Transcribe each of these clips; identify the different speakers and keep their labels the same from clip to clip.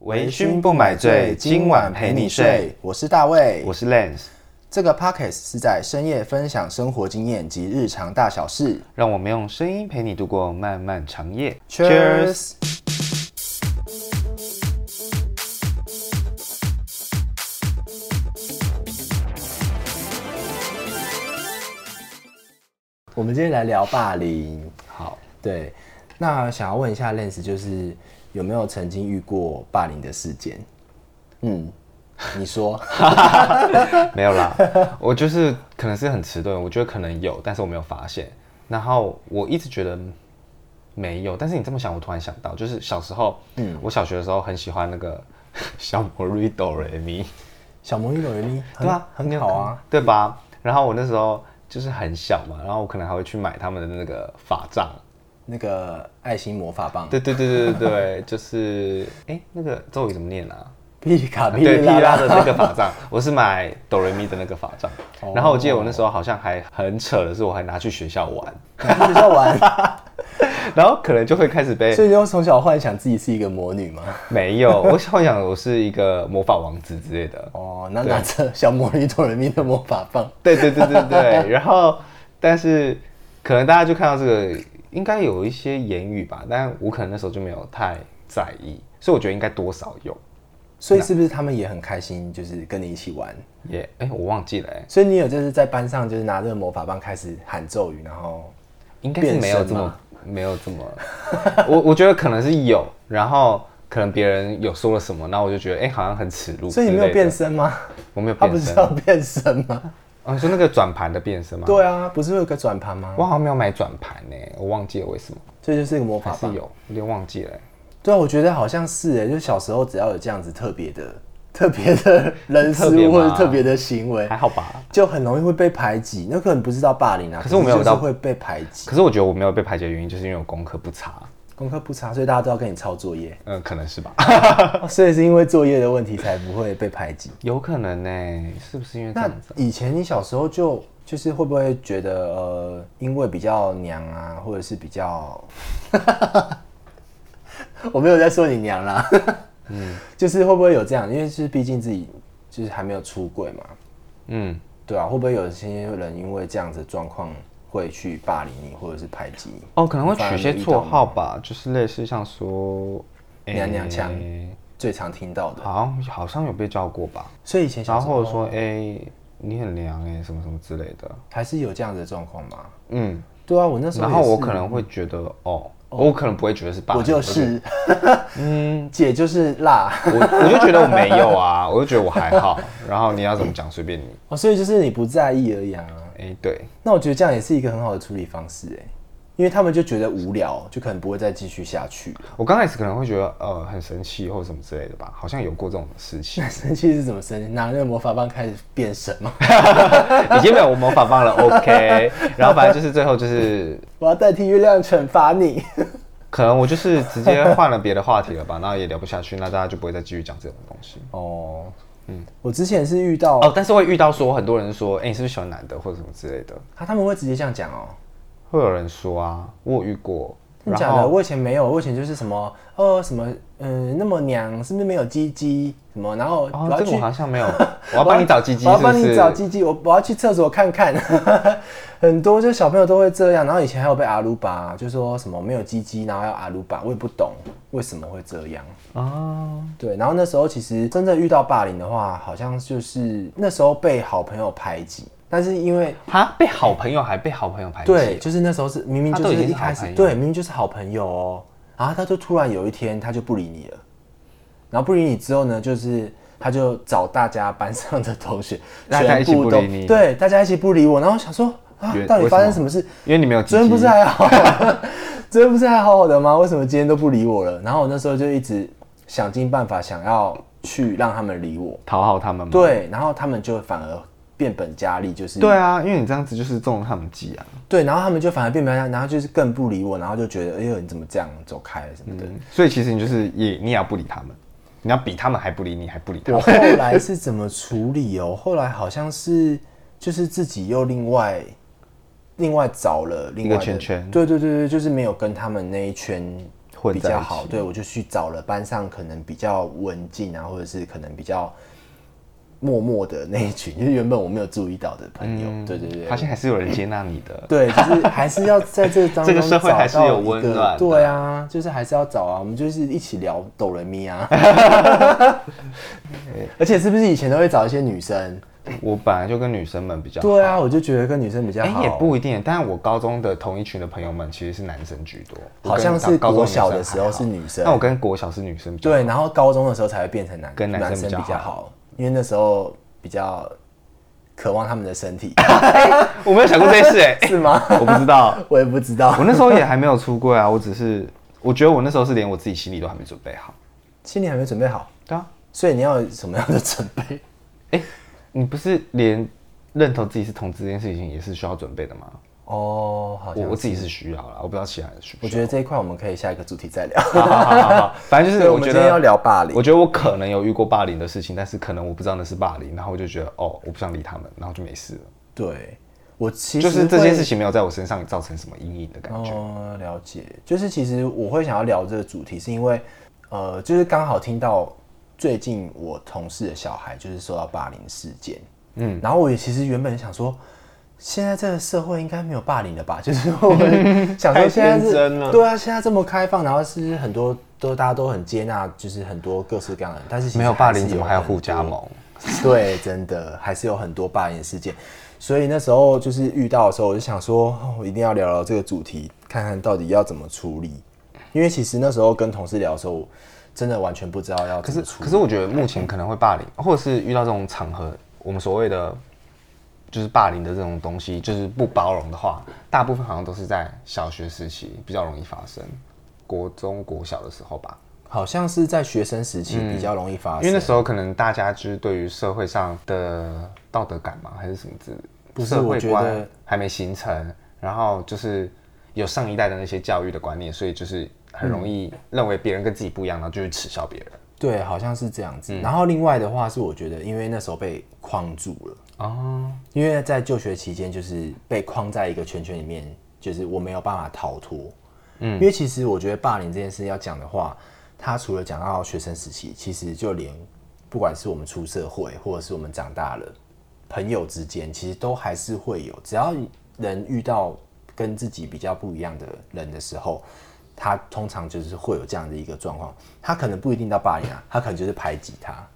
Speaker 1: 微醺不买醉，今晚陪你睡。。
Speaker 2: 我是大卫，
Speaker 1: 我是 Lance，
Speaker 2: 这个 podcast 是在深夜分享生活经验及日常大小事。
Speaker 1: 让我们用声音陪你度过漫漫长夜。
Speaker 2: Cheers！我们今天来聊霸凌。
Speaker 1: 好，
Speaker 2: 对，那想要问一下 Lens，就是有没有曾经遇过霸凌的事件？嗯，你说，
Speaker 1: 没有啦， 我就是可能是很迟钝，我觉得可能有，但是我没有发现。然后我一直觉得没有，但是你这么想，我突然想到，就是小时候，嗯，我小学的时候很喜欢那个 小魔女哆瑞咪。
Speaker 2: 小魔女哆瑞咪，
Speaker 1: 对啊，
Speaker 2: 很
Speaker 1: 你有
Speaker 2: 很好
Speaker 1: 看
Speaker 2: 啊。，
Speaker 1: 对吧？然后我那时候就是很小嘛，然后我可能还会去买他们的那个法杖。
Speaker 2: 那个爱心魔法棒，
Speaker 1: 对对对对对对，就是哎、诶那个咒语怎么念啊？
Speaker 2: 皮卡皮
Speaker 1: 对，拉
Speaker 2: 拉拉
Speaker 1: 的那个法杖，我是买哆瑞咪的那个法杖。然后我记得我那时候好像还很扯的是，我还拿去学校玩，
Speaker 2: 的，在玩，
Speaker 1: 然后可能就会开始被
Speaker 2: 所以你就从小幻想自己是一个魔女嘛。
Speaker 1: 没有，我幻想我是一个魔法王子之类的。
Speaker 2: 哦，那拿着小魔女哆瑞咪的魔法棒，
Speaker 1: 对啊对对对对，然后但是可能大家就看到这个，应该有一些言语吧，但我可能那时候就没有太在意，所以我觉得应该多少有。
Speaker 2: 所以是不是他们也很开心，就是跟你一起玩？
Speaker 1: 也、哎、我忘记了、哎，
Speaker 2: 所以你有就是在班上就是拿这个魔法棒开始喊咒语，然后
Speaker 1: 应该是没有这
Speaker 2: 变身
Speaker 1: 么
Speaker 2: 吗
Speaker 1: 没有这么，我我觉得可能是有，然后可能别人有说了什么，那我就觉得哎、好像很耻辱，
Speaker 2: 所以你没有变，身吗？
Speaker 1: 我没有
Speaker 2: 他不
Speaker 1: 变
Speaker 2: 是
Speaker 1: 身。
Speaker 2: 要变身吗？
Speaker 1: 哦，你说那个转盘的变身吗？，
Speaker 2: 对啊，不是会有个转盘吗
Speaker 1: 我？好像没有买转盘呢、我忘记了为什么，
Speaker 2: 这就是一个魔法
Speaker 1: 还是
Speaker 2: 棒。
Speaker 1: 有，有点忘记了、哎
Speaker 2: 对啊，我觉得好像是哎，就小时候只要有这样子特别的、 特别的人事
Speaker 1: 特别
Speaker 2: 物
Speaker 1: 吗
Speaker 2: 或者特别的行为
Speaker 1: 还，好吧。
Speaker 2: 就很容易会被排挤。那可能不是到霸凌啊，
Speaker 1: 可是我没有
Speaker 2: 就是
Speaker 1: 到
Speaker 2: 会被排挤，
Speaker 1: 可是我觉得我没有被排解的原因，就是因为我功课不差，
Speaker 2: 功课不差，所以大家都要跟你抄 作业，
Speaker 1: 嗯、可能是吧，
Speaker 2: 哦所以是因为作业的问题才不会被排挤。
Speaker 1: 有可能呢、是不是因为这
Speaker 2: 那
Speaker 1: 样子？
Speaker 2: 以前你小时候就就是会不会觉得呃，因为比较娘啊，或者是比较， 我没有在说你娘啦，嗯， 就是会不会有这样？因为是毕竟自己就是还没有出柜嘛，
Speaker 1: 嗯，
Speaker 2: 对啊，会不会有些人因为这样子的状况会去霸凌你，或者是排挤你？
Speaker 1: 哦，可能会
Speaker 2: 你反
Speaker 1: 取
Speaker 2: 而
Speaker 1: 一些
Speaker 2: 没遇
Speaker 1: 绰
Speaker 2: 到
Speaker 1: 号吧，就是类似像说
Speaker 2: 娘娘腔
Speaker 1: 诶
Speaker 2: 最常听到的，
Speaker 1: 好像好像有被叫过吧，
Speaker 2: 所以以前小
Speaker 1: 然
Speaker 2: 时
Speaker 1: 后或
Speaker 2: 候
Speaker 1: 者说哎、诶你很凉哎、什么什么之类的，
Speaker 2: 还是有这样子的状况嘛？
Speaker 1: 嗯，
Speaker 2: 对啊，我那时候
Speaker 1: 然后
Speaker 2: 也
Speaker 1: 我
Speaker 2: 是
Speaker 1: 可能会觉得哦，我可能不会觉得是霸凌，
Speaker 2: 我就
Speaker 1: 觉得
Speaker 2: 是，嗯， 姐就是辣。
Speaker 1: 我我就觉得我没有啊， 我就觉得我还好，然后你要怎么讲随便你，
Speaker 2: 哦，所以就是你不在意而已啊。
Speaker 1: 哎、对，
Speaker 2: 那我觉得这样也是一个很好的处理方式哎，因为他们就觉得无聊，就可能不会再继续下去。
Speaker 1: 我刚开始可能会觉得呃很生气或者什么之类的吧，好像有过这种事 情。
Speaker 2: 生气是怎么生气？拿那个魔法棒开始变身吗？
Speaker 1: 已经没有魔法棒了，OK。然后反正就是最后就是，
Speaker 2: 我要代替月亮惩罚你。
Speaker 1: 可能我就是直接换了别的话题了吧，那也聊不下去，那大家就不会再继续讲这种东西。
Speaker 2: 哦，嗯，我之前是遇到、啊
Speaker 1: 哦，但是会遇到说很多人说，哎、你是不是喜欢男的或者什么之类的，
Speaker 2: 啊，他们会直接这样讲哦。
Speaker 1: 会有人说啊，我有遇过，
Speaker 2: 真的
Speaker 1: 然
Speaker 2: 假的？
Speaker 1: 后
Speaker 2: 我以前没有，我以前就是什么哦什么嗯那么娘，是不是没有鸡鸡什么？然后我
Speaker 1: 哦，
Speaker 2: 要
Speaker 1: 这个
Speaker 2: 去
Speaker 1: 我好像 没有，我要帮你找鸡鸡，
Speaker 2: 我
Speaker 1: 是
Speaker 2: 要
Speaker 1: 不
Speaker 2: 帮你
Speaker 1: 是？
Speaker 2: 找鸡鸡，我我要去厕所看 看。很多就是小朋友都会这样，然后以前还有被阿鲁巴，就说什么没有鸡鸡，然后要阿鲁巴，我也不懂为什么会这样。
Speaker 1: 哦，
Speaker 2: 对，然后那时候其实真正遇到霸凌的话，好像就是那时候被好朋友排挤，但是因为
Speaker 1: 哈，被好朋友还被好朋友排挤，
Speaker 2: 对，，就是那时候是明明
Speaker 1: 他
Speaker 2: 就
Speaker 1: 都
Speaker 2: 是
Speaker 1: 已经
Speaker 2: 一
Speaker 1: 是
Speaker 2: 开
Speaker 1: 好
Speaker 2: 始
Speaker 1: 朋友
Speaker 2: 对，明明就是好朋友哦，然后他就突然有一天他就不理你了，然后不理你之后呢，就是他就找大家班上的同学，
Speaker 1: 大家
Speaker 2: 全
Speaker 1: 一起
Speaker 2: 部
Speaker 1: 不
Speaker 2: 都
Speaker 1: 理你
Speaker 2: 对，大家一起不理我，然后想说啊
Speaker 1: 原，
Speaker 2: 到底
Speaker 1: 为
Speaker 2: 发
Speaker 1: 什
Speaker 2: 生
Speaker 1: 么
Speaker 2: 什么事？
Speaker 1: 因为你没有鸡鸡，
Speaker 2: 昨天不是啊还 好， 昨天不是还好好的吗？为什么今天都不理我了？然后我那时候就一直想尽办法想要去让他们理我，
Speaker 1: 讨好他们吗？，
Speaker 2: 对，然后他们就反而变本加厉，就是
Speaker 1: 对啊，因为你这样子就是中了他们计啊，
Speaker 2: 对，然后他们就反而变本加厉，然后就是更不理我，然后就觉得哎呦你怎么这样走开了什么的。
Speaker 1: 所以其实你就是也你也要不理他们，你要比他们还不理你，还不理他
Speaker 2: 我
Speaker 1: 们。
Speaker 2: 后来是怎么处理哦？后来好像是就是自己又另外另外找了另外的
Speaker 1: 一个圈圈
Speaker 2: 对对对对，就是没有跟他们那一圈
Speaker 3: 混在
Speaker 2: 比
Speaker 3: 一起
Speaker 2: 较好，对我就去找了班上可能比较文静啊，或者是可能比较默默的那一群，就是原本我没有注意到的朋友。对对对，
Speaker 1: 发现还是有人接纳你 的。
Speaker 2: 对，就是还是要在这当
Speaker 1: 这
Speaker 2: 中
Speaker 1: 个社会还是有
Speaker 2: 找到一个
Speaker 1: 温暖的
Speaker 2: 对啊，就是还是要找啊，我们就是一起聊哆来咪 啊。而且是不是以前都会找一些女生？
Speaker 1: 我本来就跟女生们比较好，
Speaker 2: 对啊，我就觉得跟女生比较
Speaker 1: 哎、
Speaker 2: 好，
Speaker 1: 也不一定。但我高中的同一群的朋友们其实是男生居多，我
Speaker 2: 好
Speaker 1: 跟
Speaker 2: 像是
Speaker 1: 高
Speaker 2: 国小的时候是
Speaker 1: 高中女
Speaker 2: 女
Speaker 1: 生还好
Speaker 2: 生
Speaker 1: 但，我跟国小是女生比较
Speaker 2: 对，然后高中的时候才会变成男
Speaker 1: 跟男
Speaker 2: 男
Speaker 1: 生比较
Speaker 2: 比较
Speaker 1: 好
Speaker 2: 好，因为那时候比较渴望他们的身体，
Speaker 1: 我没有想过这件事哎、
Speaker 2: 是吗？
Speaker 1: 我不知道，
Speaker 2: 我也不知道
Speaker 1: 我，那时候也还没有出柜啊，我只是我觉得我那时候是连我自己心里都还没准备好。
Speaker 2: 心里还没准备好，
Speaker 1: 对啊，
Speaker 2: 所以你要有什么样的准备？
Speaker 1: 哎、你不是连认同自己是同志这件事情也是需要准备的吗？
Speaker 2: 哦，好
Speaker 1: 我
Speaker 2: 像
Speaker 1: 我自己是需要啦，我不知道其他人需不
Speaker 2: 我
Speaker 1: 需
Speaker 2: 觉
Speaker 1: 要。
Speaker 2: 得这一块我们可以下一个主题再聊。
Speaker 1: 好好好好好，反正就
Speaker 2: 对
Speaker 1: 是
Speaker 2: 我
Speaker 1: 我
Speaker 2: 们
Speaker 1: 觉
Speaker 2: 今
Speaker 1: 得
Speaker 2: 天要聊霸凌
Speaker 1: 我觉得我可能有遇过霸凌的事情，但是可能我不知道那是霸凌，然后我就觉得哦，我不想理他们，然后就没事了。
Speaker 2: 对我其
Speaker 1: 就
Speaker 2: 实
Speaker 1: 是这件事
Speaker 2: 情。
Speaker 1: 情没有在我身上造成什么阴影的感觉。
Speaker 2: 哦，了解。就是其实我会想要聊这个主题，是因为呃，就是刚好听到最近我同事的小孩就是受到霸凌事件，嗯，然后我也其实原本想说。现在这个社会应该没有霸凌了吧？ 就是我 们想说
Speaker 1: 太
Speaker 2: 现在是
Speaker 1: 天真了
Speaker 2: 对啊，现在这么开放，然后是不是很多都大家都很接纳，就是很多各式各样的人，但是其实
Speaker 1: 没有霸
Speaker 2: 还
Speaker 1: 凌
Speaker 2: 是
Speaker 1: 怎么还有
Speaker 2: 很多
Speaker 1: 互加盟？
Speaker 2: 对，真的还是有很多霸凌事件，所以那时候就是遇到的时候，我就想说，哦我一定要聊聊这个主题，看看到底要怎么处理。因为其实那时候跟同事聊的时候，我真的完全不知道要
Speaker 1: 可
Speaker 2: 怎
Speaker 1: 是
Speaker 2: 么处
Speaker 1: 可
Speaker 2: 理。
Speaker 1: 是我觉得目前可能会霸凌，或者是遇到这种场合，我们所谓的就是霸凌的这种东西，就是不包容的话，大部分好像都是在小学时期比较容易发生，国中国小的时候吧。
Speaker 2: 好像是在学生时期比较容易发
Speaker 1: 因为
Speaker 2: 生，
Speaker 1: 那时候可能大家就是对于社会上的道德感嘛，还是什么之类的，
Speaker 2: 不是
Speaker 1: 社会
Speaker 2: 我觉
Speaker 1: 观
Speaker 2: 得
Speaker 1: 还没形成，然后就是有上一代的那些教育的观念，所以就是很容易认为别人跟自己不一样，然后就去耻笑别人。
Speaker 2: 对，好像是这样子。然后另外的话是，我觉得因为那时候被框住了，
Speaker 1: 哦，
Speaker 2: 因为在就学期间就是被框在一个圈圈里面，就是我没有办法逃脱。嗯，因为其实我觉得霸凌这件事要讲的话，它除了讲到学生时期，其实就连不管是我们出社会，或者是我们长大了，朋友之间其实都还是会有，只要人遇到跟自己比较不一样的人的时候。他通常就是会有这样的一个状况，他可能不一定到霸凌啊，他可能就是排挤他，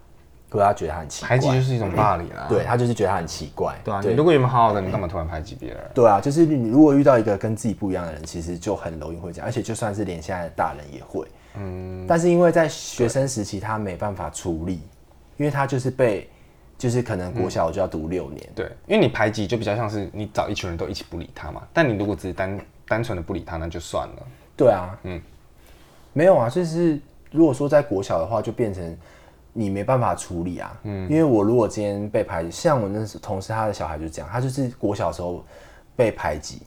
Speaker 2: 或者他觉得他很奇怪，
Speaker 1: 排挤就是一种霸凌啊。
Speaker 2: 对他就是觉得他很奇怪，
Speaker 1: 对啊，你如果原本好好的，你干嘛突然排挤别人？
Speaker 2: 对啊，就是你如果遇到一个跟自己不一样的人，其实就很容易会这样，而且就算是连现在的大人也会。嗯，但是因为在学生时期他没办法处理，因为他就是被，就是可能国小我就要读六年，
Speaker 1: 对，因为你排挤就比较像是你找一群人都一起不理他嘛，但你如果只是单单纯的不理他，那就算了。
Speaker 2: 对啊，嗯，没有啊，就是如果说在国小的话，就变成你没办法处理啊，嗯，因为我如果今天被排挤，像我那时同事他的小孩就这样，他就是国小的时候被排挤，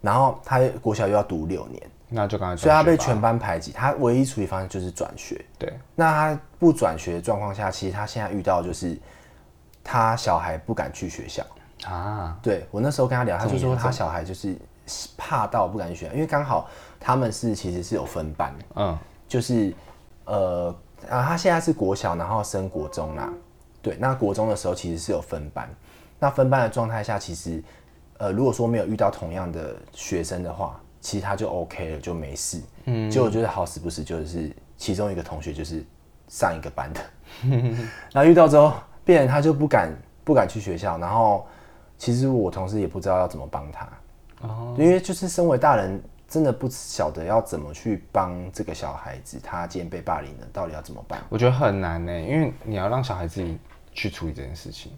Speaker 2: 然后他国小又要读六年，
Speaker 1: 那就刚才
Speaker 2: 所以他被全班排挤，他唯一处理方式就是转学。
Speaker 1: 对，
Speaker 2: 那他不转学的状况下，其实他现在遇到的就是他小孩不敢去学校。
Speaker 1: 啊，
Speaker 2: 对我那时候跟他聊，他就
Speaker 1: 这么
Speaker 2: 说他小孩就是怕到不敢去学校，因为刚好他们是其实是有分班，
Speaker 1: 嗯，
Speaker 2: 就是呃啊，他现在是国小，然后升国中啦。对，那国中的时候其实是有分班，那分班的状态下，其实呃，如果说没有遇到同样的学生的话，其实他就 OK 了，就没事。嗯，结果就是好死不死，就是其中一个同学就是上一个班的，然后遇到之后，变成他就不敢不敢去学校，然后其实我同事也不知道要怎么帮他，因为就是身为大人，真的不晓得要怎么去帮这个小孩子，他今天被霸凌了，到底要怎么办？
Speaker 1: 我觉得很难呢、因为你要让小孩自己去处理这件事情，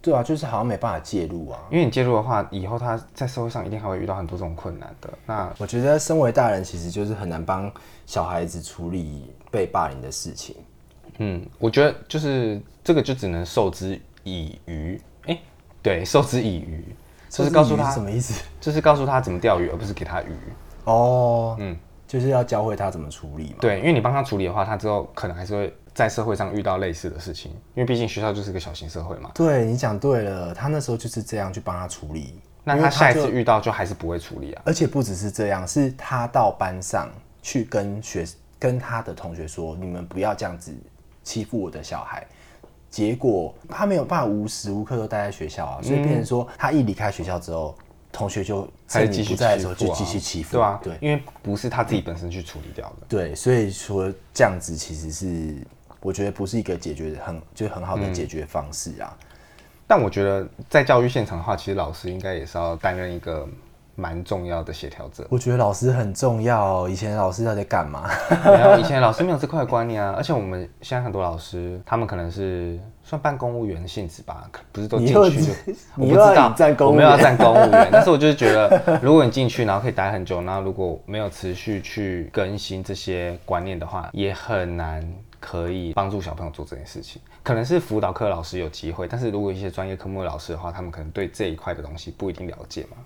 Speaker 2: 对啊，就是好像没办法介入啊。
Speaker 1: 因为你介入的话，以后他在社会上一定还会遇到很多这种困难的。那
Speaker 2: 我觉得身为大人，其实就是很难帮小孩子处理被霸凌的事情。
Speaker 1: 嗯，我觉得就是这个就只能授之以渔，哎、对，授之以渔，就是告诉
Speaker 2: 这
Speaker 1: 他
Speaker 2: 什么意思？
Speaker 1: 就是告诉他怎么钓鱼，而不是给他鱼。
Speaker 2: 哦，嗯，就是要教会他怎么处理嘛。
Speaker 1: 对，因为你帮他处理的话，他之后可能还是会在社会上遇到类似的事情，因为毕竟学校就是一个小型社会嘛。
Speaker 2: 对你讲对了，他那时候就是这样去帮他处理。
Speaker 1: 那
Speaker 2: 因为
Speaker 1: 他下一次
Speaker 2: 就
Speaker 1: 遇到就还是不会处理啊。
Speaker 2: 而且不只是这样，是他到班上去跟学跟他的同学说，你们不要这样子欺负我的小孩。结果他没有办法无时无刻都待在学校
Speaker 1: 嗯
Speaker 2: 啊，所以变成说他一离开学校之后，同学就
Speaker 1: 还
Speaker 2: 趁
Speaker 1: 继
Speaker 2: 你
Speaker 1: 续
Speaker 2: 不在的时候
Speaker 1: 欺负
Speaker 2: 就
Speaker 1: 啊
Speaker 2: 继续欺负，
Speaker 1: 对啊，
Speaker 2: 对
Speaker 1: 因为不是他自己本身去处理掉的。
Speaker 2: 对，所以说这样子其实是我觉得不是一个解决很就是很好的解决方式啊。。
Speaker 1: 但我觉得在教育现场的话，其实老师应该也是要担任一个蛮重要的协调者
Speaker 2: 我觉得老师很重要、哦以前老师到底在干嘛？
Speaker 1: 然后以前老师没有这块观念啊，而且我们现在很多老师，他们可能是算半公务员性质吧，可不是都进
Speaker 2: 你又
Speaker 1: 去就。我
Speaker 2: 你
Speaker 1: 不
Speaker 2: 又
Speaker 1: 知
Speaker 2: 要
Speaker 1: 道
Speaker 2: 引战，公务
Speaker 1: 我没有要
Speaker 2: 员
Speaker 1: 站公务员，但是我就是觉得，如果你进去，然后可以待很久，然后如果没有持续去更新这些观念的话，也很难可以帮助小朋友做这件事情。可能是辅导课老师有机会，但是如果一些专业科目的老师的话，他们可能对这一块的东西不一定了解嘛。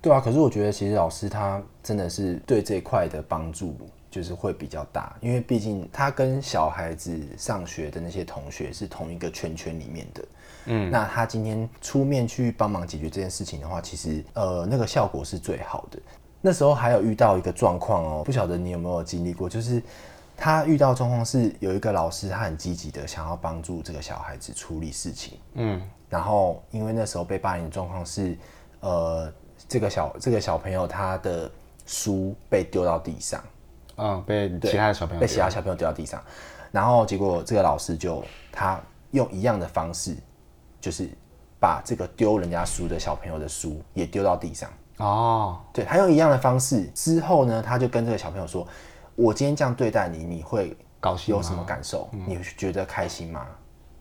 Speaker 2: 对啊，可是我觉得其实老师他真的是对这一块的帮助就是会比较大，因为毕竟他跟小孩子上学的那些同学是同一个圈圈里面的。嗯，那他今天出面去帮忙解决这件事情的话，其实呃那个效果是最好的。那时候还有遇到一个状况哦，不晓得你有没有经历过，就是他遇到的状况是有一个老师，他很积极的想要帮助这个小孩子处理事情，
Speaker 1: 嗯，
Speaker 2: 然后因为那时候被霸凌的状况是，呃，这个小这个小朋友他的书被丢到地上，
Speaker 1: 嗯，被其他的小朋友
Speaker 2: 被其他小朋友丢到地上，然后结果这个老师就他用一样的方式，就是把这个丢人家书的小朋友的书也丢到地上。
Speaker 1: 哦，
Speaker 2: 对他用一样的方式之后呢，他就跟这个小朋友说：“我今天这样对待你，你会
Speaker 1: 高兴
Speaker 2: 有
Speaker 1: 吗
Speaker 2: 什么感受？你会觉得开心吗？”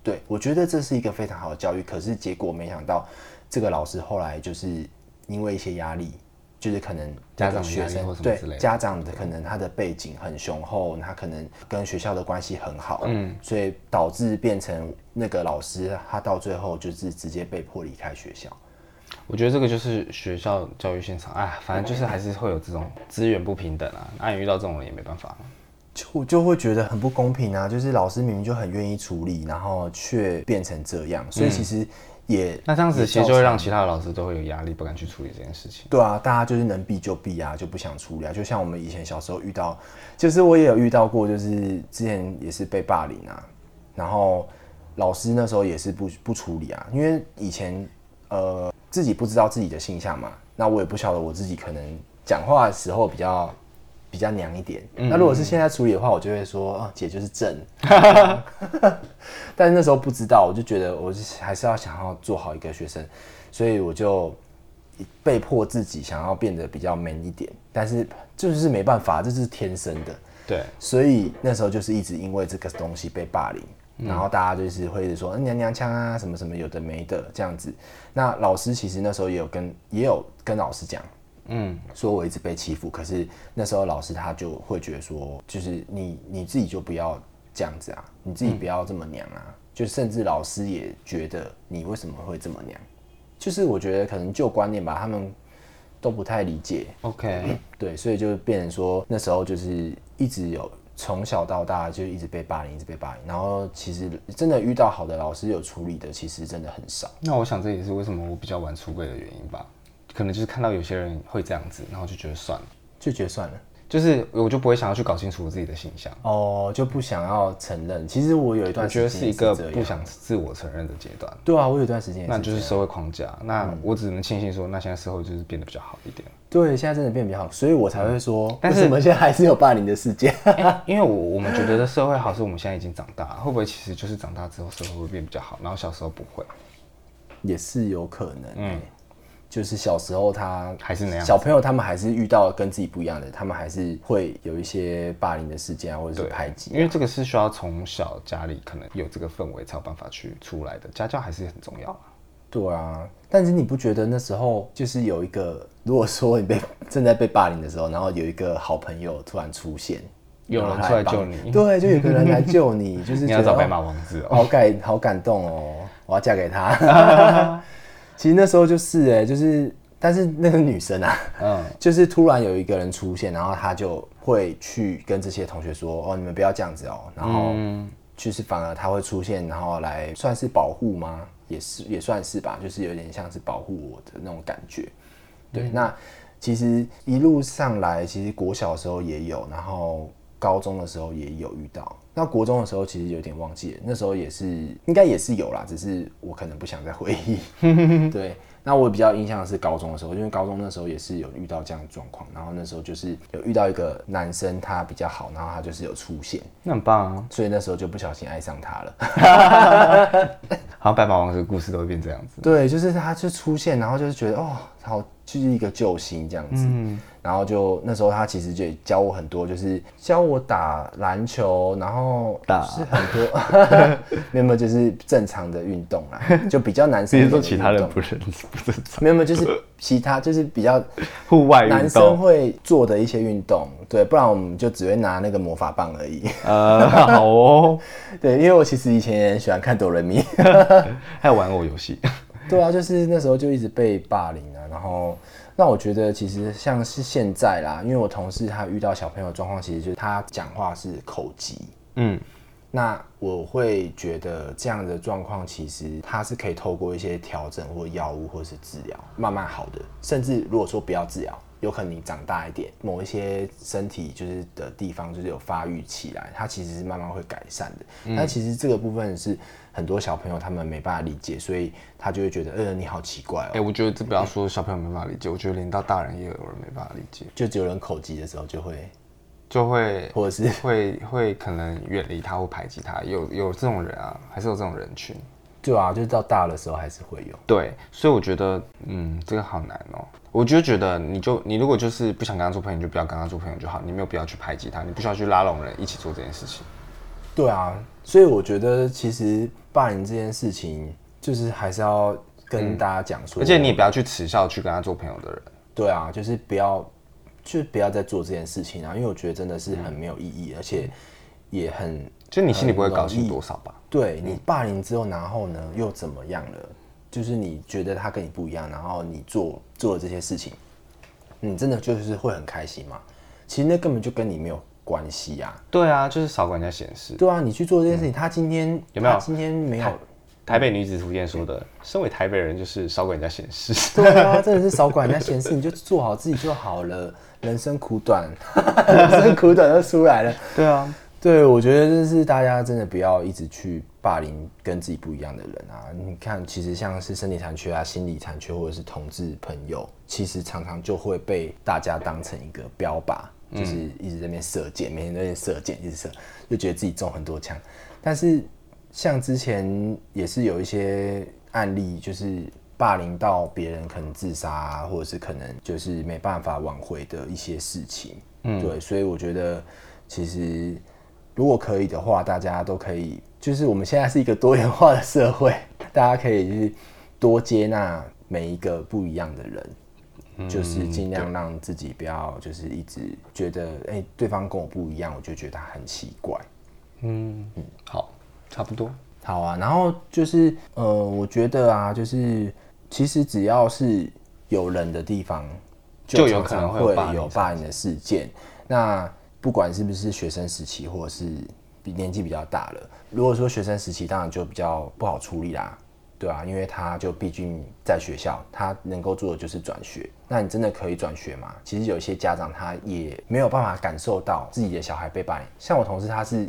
Speaker 2: 对我觉得这是一个非常好的教育，可是结果没想到这个老师后来就是因为一些压力，就是可能
Speaker 1: 家
Speaker 2: 那个
Speaker 1: 长的压
Speaker 2: 学
Speaker 1: 力
Speaker 2: 生
Speaker 1: 或什么之类
Speaker 2: 对
Speaker 1: 的
Speaker 2: 家长的可能他的背景很雄厚，他可能跟学校的关系很好，嗯，所以导致变成那个老师他到最后就是直接被迫离开学校。
Speaker 1: 我觉得这个就是学校教育现场，哎，反正就是还是会有这种资源不平等啊，那、你遇到这种人也没办法。啊
Speaker 2: 就就会觉得很不公平啊！就是老师明明就很愿意处理，然后却变成这样，所以其实也、
Speaker 1: 那这样子
Speaker 2: 也
Speaker 1: 其实
Speaker 2: 造
Speaker 1: 就会
Speaker 2: 成
Speaker 1: 让其他的老师都会有压力，不敢去处理这件事情。
Speaker 2: 对啊，大家就是能避就避啊，就不想处理啊。就像我们以前小时候遇到，就是我也有遇到过，就是之前也是被霸凌啊，然后老师那时候也是不不处理啊，因为以前呃自己不知道自己的性向嘛，那我也不晓得我自己可能讲话的时候比较。比较娘一点，那如果是现在处理的话，我就会说啊，姐就是正， 但是那时候不知道，我就觉得我是还是要想要做好一个学生，所以我就被迫自己想要变得比较 man 一点，但是就是没办法，这是天生的。
Speaker 1: 对，
Speaker 2: 所以那时候就是一直因为这个东西被霸凌，然后大家就是会一直说嗯娘娘腔啊什么什么有的没的这样子。那老师其实那时候也有跟也有跟老师讲，嗯，说我一直被欺负，可是那时候老师他就会觉得说，就是你你自己就不要这样子啊，你自己不要这么娘啊，就甚至老师也觉得你为什么会这么娘，就是我觉得可能旧观念吧，他们都不太理解，
Speaker 1: OK，
Speaker 2: 对，所以就变成说那时候就是一直有从小到大就一直被霸凌，一直被霸凌。然后其实真的遇到好的老师有处理的，其实真的很少。
Speaker 1: 那我想这也是为什么我比较晚出柜的原因吧，可能就是看到有些人会这样子，然后就觉得算了，
Speaker 2: 就觉得算了，
Speaker 1: 就是我就不会想要去搞清楚我自己的形象。
Speaker 2: 哦，就不想要承认。其实我有一
Speaker 1: 我
Speaker 2: 段
Speaker 1: 觉得是
Speaker 2: 时间
Speaker 1: 一
Speaker 2: 也
Speaker 1: 个
Speaker 2: 这
Speaker 1: 不
Speaker 2: 样，
Speaker 1: 想自我承认的阶段，
Speaker 2: 对啊，我有一段时间也
Speaker 1: 那
Speaker 2: 是这
Speaker 1: 就
Speaker 2: 样。嗯
Speaker 1: 是社会框架。那我只能庆幸说，那现在社会就是变得比较好一点。
Speaker 2: 对，现在真的变得比较好，所以我才会说，
Speaker 1: 嗯但是
Speaker 2: 为什么现在还是有霸凌的事件？
Speaker 1: 欸 因为我我们觉得社会好是我们现在已经长大了，会不会其实就是长大之后社会会变比较好，然后小时候不会？
Speaker 2: 也是有可能、嗯，就是小时候他
Speaker 1: 还是那样子
Speaker 2: 小朋友他们还是遇到跟自己不一样的，他们还是会有一些霸凌的事件啊，或者是排挤啊、
Speaker 1: 因为这个是需要从小家里可能有这个氛围才有办法去出来的，家教还是很重要啊。
Speaker 2: 对啊，但是你不觉得那时候就是有一个，如果说你被正在被霸凌的时候，然后有一人好朋友突然出现，
Speaker 1: 有人
Speaker 2: 然后他
Speaker 1: 出来
Speaker 2: 帮
Speaker 1: 救你
Speaker 2: 对，就有个人来救你，就 是
Speaker 1: 你
Speaker 2: 觉
Speaker 1: 要
Speaker 2: 得
Speaker 1: 找白
Speaker 2: 哦
Speaker 1: 马王子哦。
Speaker 2: 好感好感动哦，我要嫁 给他。其实那时候就是哎、就是但是那个女生啊，
Speaker 1: 嗯
Speaker 2: 就是突然有一个人出现，然后他就会去跟这些同学说：“哦，你们不要这样子哦。”然后
Speaker 1: 嗯
Speaker 2: 就是反而他会出现，然后来算是保护吗？也是也算是吧，就是有点像是保护我的那种感觉。对，那其实一路上来，其实国小的时候也有，然后高中的时候也有遇到。那国中的时候其实有点忘记了，那时候也是应该也是有啦，只是我可能不想再回忆。对，那我比较印象的是高中的时候，因为高中那时候也是有遇到这样的状况，然后那时候就是有遇到一个男生，他比较好，然后他就是有出现，
Speaker 1: 那很棒啊！
Speaker 2: 所以那时候就不小心爱上他了。
Speaker 1: 好像白马王子的故事都会变这样子。
Speaker 2: 对，就是他就出现，然后就是觉得哦，好，就是一个救星这样子。然后就那时候他其实就也教我很多，就是教我打篮球，然后
Speaker 1: 打
Speaker 2: 是很多， 没有没有就是正常的运动啦，就比较男生
Speaker 1: 比
Speaker 2: 一
Speaker 1: 如说
Speaker 2: 点的运动。
Speaker 1: 其他人不认识，不正常。
Speaker 2: 没有没有就是其他就是比较
Speaker 1: 户外运
Speaker 2: 男生
Speaker 1: 动，
Speaker 2: 会做的一些运动，对，不然我们就只会拿那个魔法棒而已。
Speaker 1: 呃，好哦，
Speaker 2: 对，因为我其实以前也很喜欢看哆瑞咪。
Speaker 1: 还有玩偶游戏，
Speaker 2: 对啊，就是那时候就一直被霸凌啊，然后那我觉得其实像是现在啦，因为我同事他遇到小朋友的状况，其实就是他讲话是口疾，
Speaker 1: 嗯，
Speaker 2: 那我会觉得这样的状况其实他是可以透过一些调整或药物或是治疗慢慢好的，甚至如果说不要治疗。有可能你长大一点，某一些身体就是的地方就是有发育起来，它其实是慢慢会改善的。但其实这个部分是很多小朋友他们没办法理解，所以他就会觉得，呃，你好奇怪哦
Speaker 1: 哎、，我觉得这不要说小朋友没办法理解，我觉得连到大人也有人没办法理解，
Speaker 2: 就只有人口疾的时候就会，
Speaker 1: 就会
Speaker 2: 或者是
Speaker 1: 会会可能远离他或排挤他，有有这种人啊，还是有这种人群。
Speaker 2: 对啊，就是到大的时候还是会有。
Speaker 1: 对，所以我觉得，嗯，这个好难哦。我就觉得，你就你如果就是不想跟他做朋友，你就不要跟他做朋友就好，你没有必要去排挤他，你不需要去拉拢人一起做这件事情。
Speaker 2: 对啊，所以我觉得其实霸凌这件事情，就是还是要跟大家讲
Speaker 1: 嗯
Speaker 2: 说，
Speaker 1: 而且你也不要去耻笑去跟他做朋友的人。
Speaker 2: 对啊，就是不要，就不要再做这件事情啊，因为我觉得真的是很没有意义，而且也很
Speaker 1: 就你心里不会高兴多少吧？
Speaker 2: 对
Speaker 1: 嗯
Speaker 2: 你霸凌之后，然后呢又怎么样了？就是你觉得他跟你不一样，然后你做做了这些事情，你真的就是会很开心吗？其实那根本就跟你没有关系呀、啊。
Speaker 1: 对啊，就是少管人家闲事。
Speaker 2: 对啊，你去做这件事情，他今天
Speaker 1: 嗯有没有
Speaker 2: 他今天没有，
Speaker 1: 台北女子图鉴说的，身为台北人就是少管人家闲事。
Speaker 2: 对啊，真的是少管人家闲事，你就做好自己就好了。人生苦短，人生苦短就出来了。
Speaker 1: 对啊，
Speaker 2: 对，我觉得就是大家真的不要一直去霸凌跟自己不一样的人啊。你看，其实像是生理残缺啊、心理残缺或者是同志朋友，其实常常就会被大家当成一个标靶，就是一直在那边射箭，每天都在那边射箭，一直射，就觉得自己中很多枪。但是像之前也是有一些案例，就是霸凌到别人可能自杀、啊，或者是可能就是没办法挽回的一些事情。嗯，对，所以我觉得其实如果可以的话，大家都可以，就是我们现在是一个多元化的社会，大家可以就是多接纳每一个不一样的人。就是尽量让自己不要，就是一直觉得，哎、对方跟我不一样，我就觉得他很奇怪。
Speaker 1: 嗯， 好，差不多。
Speaker 2: 好啊，然后就是呃，我觉得啊，就是其实只要是有人的地方，
Speaker 1: 就有
Speaker 2: 常
Speaker 1: 可能
Speaker 2: 常
Speaker 1: 会有
Speaker 2: 会
Speaker 1: 霸凌
Speaker 2: 有霸凌的事件。那不管是不是学生时期，或者是比年纪比较大了，如果说学生时期，当然就比较不好处理啦，对啊，因为他就毕竟在学校，他能够做的就是转学。那你真的可以转学吗？其实有一些家长他也没有办法感受到自己的小孩被霸凌，像我同事他是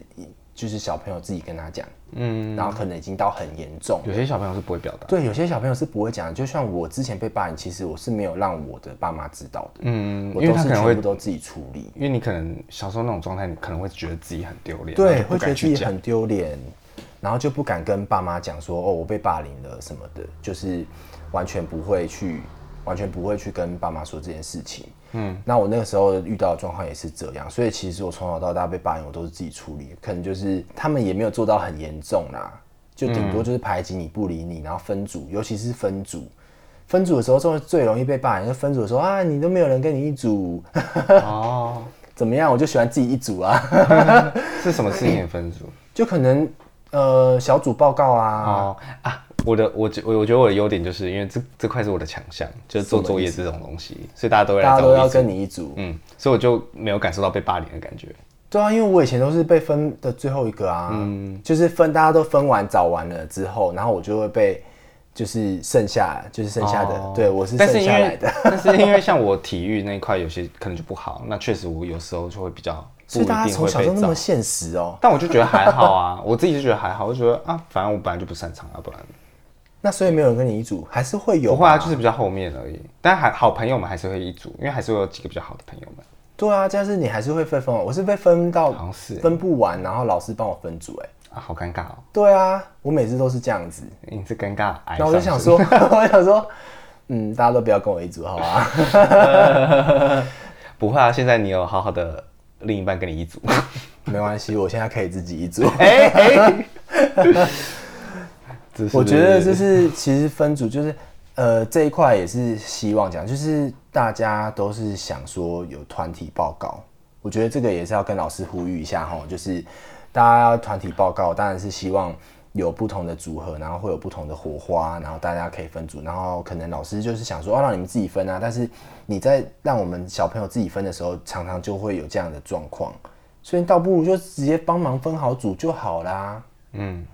Speaker 2: 就是小朋友自己跟他讲。
Speaker 1: 嗯
Speaker 2: 然后可能已经到很严重。
Speaker 1: 有些小朋友是不会表达。
Speaker 2: 对，有些小朋友是不会讲的，就像我之前被霸凌，其实我是没有让我的爸妈知道的，
Speaker 1: 嗯，
Speaker 2: 我
Speaker 1: 因为
Speaker 2: 都
Speaker 1: 他
Speaker 2: 是
Speaker 1: 可能会
Speaker 2: 全部，都自己处理，
Speaker 1: 因为你可能小时候那种状态，你可能会觉得自己很丢脸，然
Speaker 2: 对，
Speaker 1: 后就不
Speaker 2: 会觉得
Speaker 1: 敢
Speaker 2: 自
Speaker 1: 去
Speaker 2: 己
Speaker 1: 讲。
Speaker 2: 很丢脸，然后就不敢跟爸妈讲说哦我被霸凌了什么的，就是完全不会去，完全不会去跟爸妈说这件事情。嗯，那我那个时候遇到的状况也是这样，所以其实我从小到大被霸凌，我都是自己处理，可能就是他们也没有做到很严重啦，就顶多就是排挤你不理你，然后分组，尤其是分组。分组的时候，最最容易被霸凌。就分组的时候啊，你都没有人跟你一组，
Speaker 1: 哦，
Speaker 2: 怎么样？我就喜欢自己一组啊。
Speaker 1: 是什么事情分组？
Speaker 2: 就可能呃小组报告 啊，
Speaker 1: 哦啊，我的我觉我我觉得我的优点就是因为这这块是我的强项，就是做作业这种东西，所以大家都会
Speaker 2: 大
Speaker 1: 来
Speaker 2: 家
Speaker 1: 找
Speaker 2: 都要
Speaker 1: 我一起。
Speaker 2: 跟你一组。
Speaker 1: 嗯，所以我就没有感受到被霸凌的感觉。
Speaker 2: 对啊，因为我以前都是被分
Speaker 1: 嗯
Speaker 2: 的最后一个啊，就是分大家都分完找完了之后，然后我就会被就是剩下就是剩下的，
Speaker 1: 哦
Speaker 2: 对我是
Speaker 1: 但
Speaker 2: 剩
Speaker 1: 是因
Speaker 2: 下来
Speaker 1: 为
Speaker 2: 的。
Speaker 1: 但是因为像我体育那一块有些可能就不好，那确实我有时候就会比较不
Speaker 2: 所
Speaker 1: 一
Speaker 2: 以大家
Speaker 1: 定
Speaker 2: 从
Speaker 1: 会
Speaker 2: 小就
Speaker 1: 被
Speaker 2: 那么
Speaker 1: 找。
Speaker 2: 现实哦。
Speaker 1: 但我就觉得还好啊，我自己就觉得还好，我就觉得啊，反正我本来就不擅长啊，不然
Speaker 2: 那所以没有人跟你一组，还是会有
Speaker 1: 不会啊，
Speaker 2: 吧
Speaker 1: 就是比较后面而已。但还好朋友们还是会一组，因为还是会有几个比较好的朋友们，
Speaker 2: 对啊，但是你还是会被分哦。我是被分到
Speaker 1: 好像是欸
Speaker 2: 分不完，然后老师帮我分组、哎，
Speaker 1: 啊，好尴尬哦，
Speaker 2: 对啊，我每次都是这样子。
Speaker 1: 你是尴尬癌。
Speaker 2: 然后我就想，说， 我想说，嗯，大家都不要跟我一组，好吧？
Speaker 1: 不会啊，现在你有好好的另一半跟你一 组，
Speaker 2: 没关系，我现在可以自己一组。
Speaker 1: 哎哎， 这是
Speaker 2: 我觉得就是其实分组就是呃这一块也是希望讲，就是大家都是想说有团体报告，我觉得这个也是要跟老师呼吁一下哈，就是大家要团体报告，当然是希望。有不同的组合，然后会有不同的火花，然后大家可以分组，然后可能老师就是想说，哦，让你们自己分啊，但是你在让我们小朋友自己分的时候，常常就会有这样的状况，所以倒不如就直接帮忙分好组就好啦，
Speaker 1: 嗯，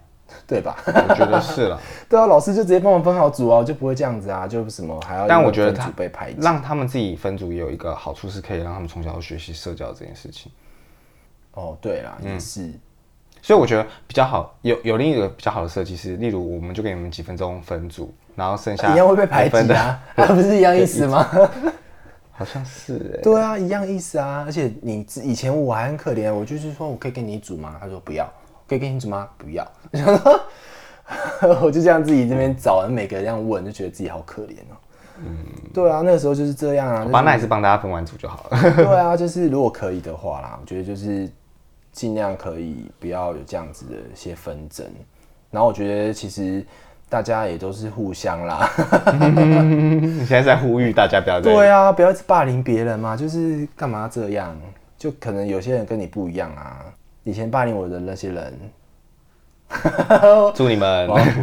Speaker 2: 对吧？
Speaker 1: 我觉得是了。
Speaker 2: 对啊，老师就直接帮我分好组啊，就不会这样子啊，就什么还要
Speaker 1: 但
Speaker 2: 因为
Speaker 1: 我觉得
Speaker 2: 分
Speaker 1: 他
Speaker 2: 组被排挤
Speaker 1: 让他们自己分组也有一个好处，是可以让他们从小学习社交这件事情。
Speaker 2: 哦，对啦，
Speaker 1: 嗯
Speaker 2: 也是
Speaker 1: 所以我觉得比较好，有有另一个比较好的设计是，例如我们就给你们几分钟分组，然后剩下
Speaker 2: 一样会被排
Speaker 1: 啊分
Speaker 2: 挤
Speaker 1: 的，
Speaker 2: 啊，啊不是一样意 思吗？
Speaker 1: 好像是哎、
Speaker 2: 对啊，一样意思啊。而且你之以前我还很可怜，我就是说我可以跟你一组吗？他说不要，可以跟你一组吗？不要。 我想说我就这样自己这边找，然后每个人这样问，就觉得自己好可怜哦。
Speaker 1: 嗯
Speaker 2: 对啊，那个时候就是这样啊。
Speaker 1: 好
Speaker 2: 就
Speaker 1: 吧，
Speaker 2: 是
Speaker 1: 那还是帮大家分完组就好了。
Speaker 2: 对啊，就是如果可以的话啦，我觉得就是尽量可以不要有这样子的一些纷争。然后我觉得其实大家也都是互相 啦，
Speaker 1: 你现在在呼吁大家不要再
Speaker 2: 对啊，不要一直霸凌别人嘛，就是干嘛这样？就可能有些人跟你不一样啊，以前霸凌我的那些人，
Speaker 1: 祝你们
Speaker 2: 我要祝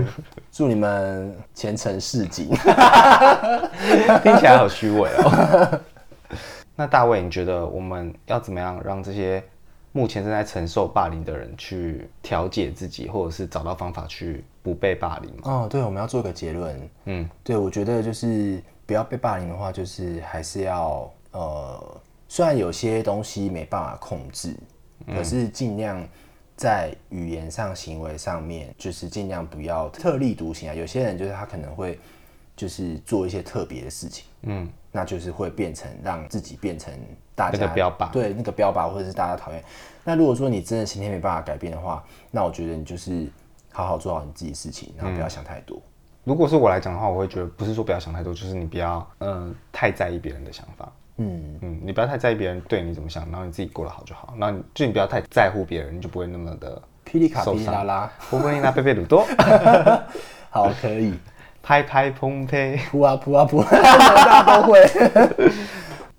Speaker 2: 祝你们前程似锦。
Speaker 1: 听起来好虚伪哦。 那大卫，你觉得我们要怎么样让这些目前正在承受霸凌的人去调节自己，或者是找到方法去不被霸凌吗？
Speaker 2: 哦，对，我们要做一个结论。
Speaker 1: 嗯，
Speaker 2: 对，我觉得就是不要被霸凌的话，就是还是要呃，虽然有些东西没办法控制，
Speaker 1: 嗯
Speaker 2: 可是尽量在语言上、行为上面，就是尽量不要特立独行啊。有些人就是他可能会就是做一些特别的事情，
Speaker 1: 嗯，
Speaker 2: 那就是会变成让自己变成大家
Speaker 1: 那个标靶
Speaker 2: 对那个标靶或者是大家讨厌。那如果说你真的今天没办法改变的话，那我觉得你就是好好做好你自己的事情，然后
Speaker 1: 嗯
Speaker 2: 不要想太多。
Speaker 1: 如果是我来讲的话，我会觉得不是说不要想太多，就是你不要嗯太在意别人的想法，
Speaker 2: 嗯，
Speaker 1: 嗯，你不要太在意别人对你怎么想，然后你自己过得好就好。那你就你不要太在乎别人，你就不会那么的
Speaker 2: 霹雳卡
Speaker 1: 受
Speaker 2: 霹雳拉
Speaker 1: 伤
Speaker 2: 拉，
Speaker 1: 波波丽娜贝贝鲁多，
Speaker 2: 好，可以，
Speaker 1: 拍拍砰呸，
Speaker 2: 扑啊扑啊扑 啊，大家都会。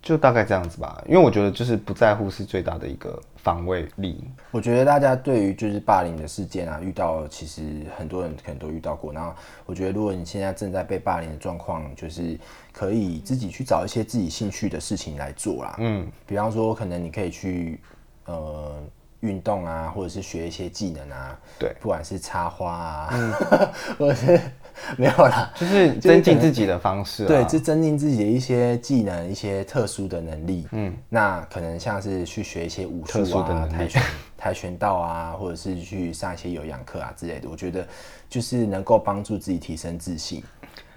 Speaker 1: 就大概这样子吧。因为我觉得就是不在乎是最大的一个防卫力。
Speaker 2: 我觉得大家对于就是霸凌的事件啊，遇到其实很多人可能都遇到过。然后我觉得，如果你现在正在被霸凌的状况，就是可以自己去找一些自己兴趣的事情来做啦。嗯，比方说，可能你可以去呃运动啊，或者是学一些技能啊。
Speaker 1: 对
Speaker 2: 不管是插花啊， 或者是 没有啦，
Speaker 1: 就是增进自己的方式、啊。
Speaker 2: 对，这增进自己的一些技能、一些特殊的能力。嗯，那可能像是去学一些武
Speaker 1: 特
Speaker 2: 术
Speaker 1: 殊的
Speaker 2: 啊、
Speaker 1: 能力
Speaker 2: 跆拳、跆拳道啊，或者是去上一些有氧课啊之类的。我觉得就是能够帮助自己提升自信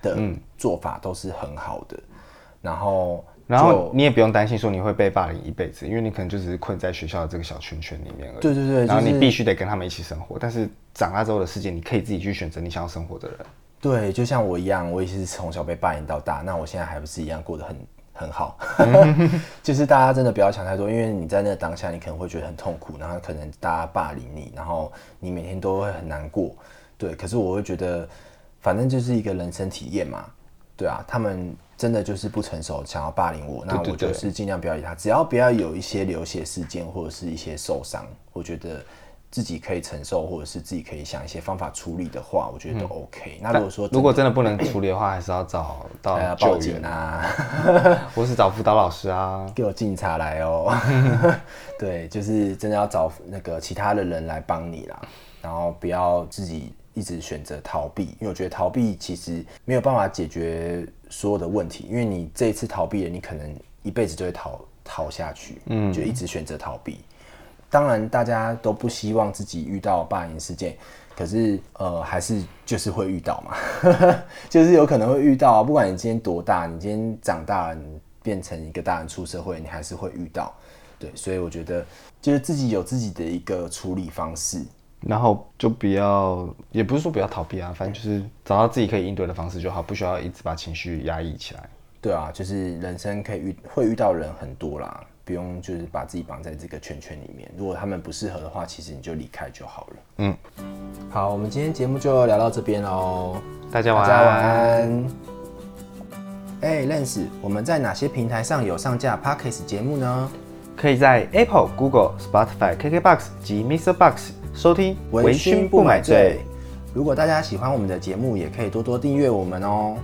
Speaker 2: 的
Speaker 1: 嗯
Speaker 2: 做法都是很好的。然后就，
Speaker 1: 然后你也不用担心说你会被霸凌一辈子，因为你可能就只是困在学校的这个小圈圈里面而已。
Speaker 2: 对对对
Speaker 1: 然后
Speaker 2: 就是
Speaker 1: 你必须得跟他们一起生活，但是长大之后的世界，你可以自己去选择你想要生活的人。
Speaker 2: 对，就像我一样，我也是从小被霸凌到大，那我现在还不是一样过得很很好。 就是大家真的不要想太多，因为你在那个当下，你可能会觉得很痛苦，然后可能大家霸凌你，然后你每天都会很难过。对，可是我会觉得，反正就是一个人生体验嘛。对啊，他们真的就是不成熟，想要霸凌我，那
Speaker 1: 对
Speaker 2: 我
Speaker 1: 对
Speaker 2: 就是尽量不要理他，只要不要有一些流血事件或者是一些受伤，我觉得自己可以承受，或者是自己可以想一些方法处理的话，我觉得都 OK。那如果说
Speaker 1: 嗯如果真的不哎能处理的话，还是要找
Speaker 2: 大
Speaker 1: 到
Speaker 2: 家报
Speaker 1: 救
Speaker 2: 警
Speaker 1: 援，
Speaker 2: 啊，
Speaker 1: 或是找辅导老师啊。
Speaker 2: 给我警 察来哦。对，就是真的要找那个其他的人来帮你啦。然后不要自己一直选择逃避，因为我觉得逃避其实没有办法解决所有的问题，因为你这一次逃避了，你可能一辈子就会逃逃下去，嗯，就一直选择逃避。当然，大家都不希望自己遇到霸凌事件，可是呃，还是就是会遇到嘛， 就是有可能会遇到啊。不管你今天多大，你今天长大了，你变成一个大人出社会，你还是会遇到。对，所以我觉得就是自己有自己的一个处理方式。
Speaker 1: 然后就不要，也不是说不要逃避啊，反正就是找到自己可以应对的方式就好，不需要一直把情绪压抑起来。
Speaker 2: 对啊，就是人生可以遇会遇到人很多啦，不用就是把自己绑在这个圈圈里面。如果他们不适合的话，其实你就离开就好了。
Speaker 1: 嗯，
Speaker 2: 好，我们今天节目就聊到这边喽，
Speaker 1: 大家
Speaker 2: 大
Speaker 1: 晚
Speaker 2: 家晚
Speaker 1: 安。
Speaker 2: 安。哎、l e n s 我们在哪些平台上有上架 Podcast 节目呢？
Speaker 1: 可以在 Apple、Google、Spotify、KKBox 及 Mr. Box 收听《
Speaker 2: 微醺不买醉。如果大家喜欢我们的节目，也可以多多订阅我们哦。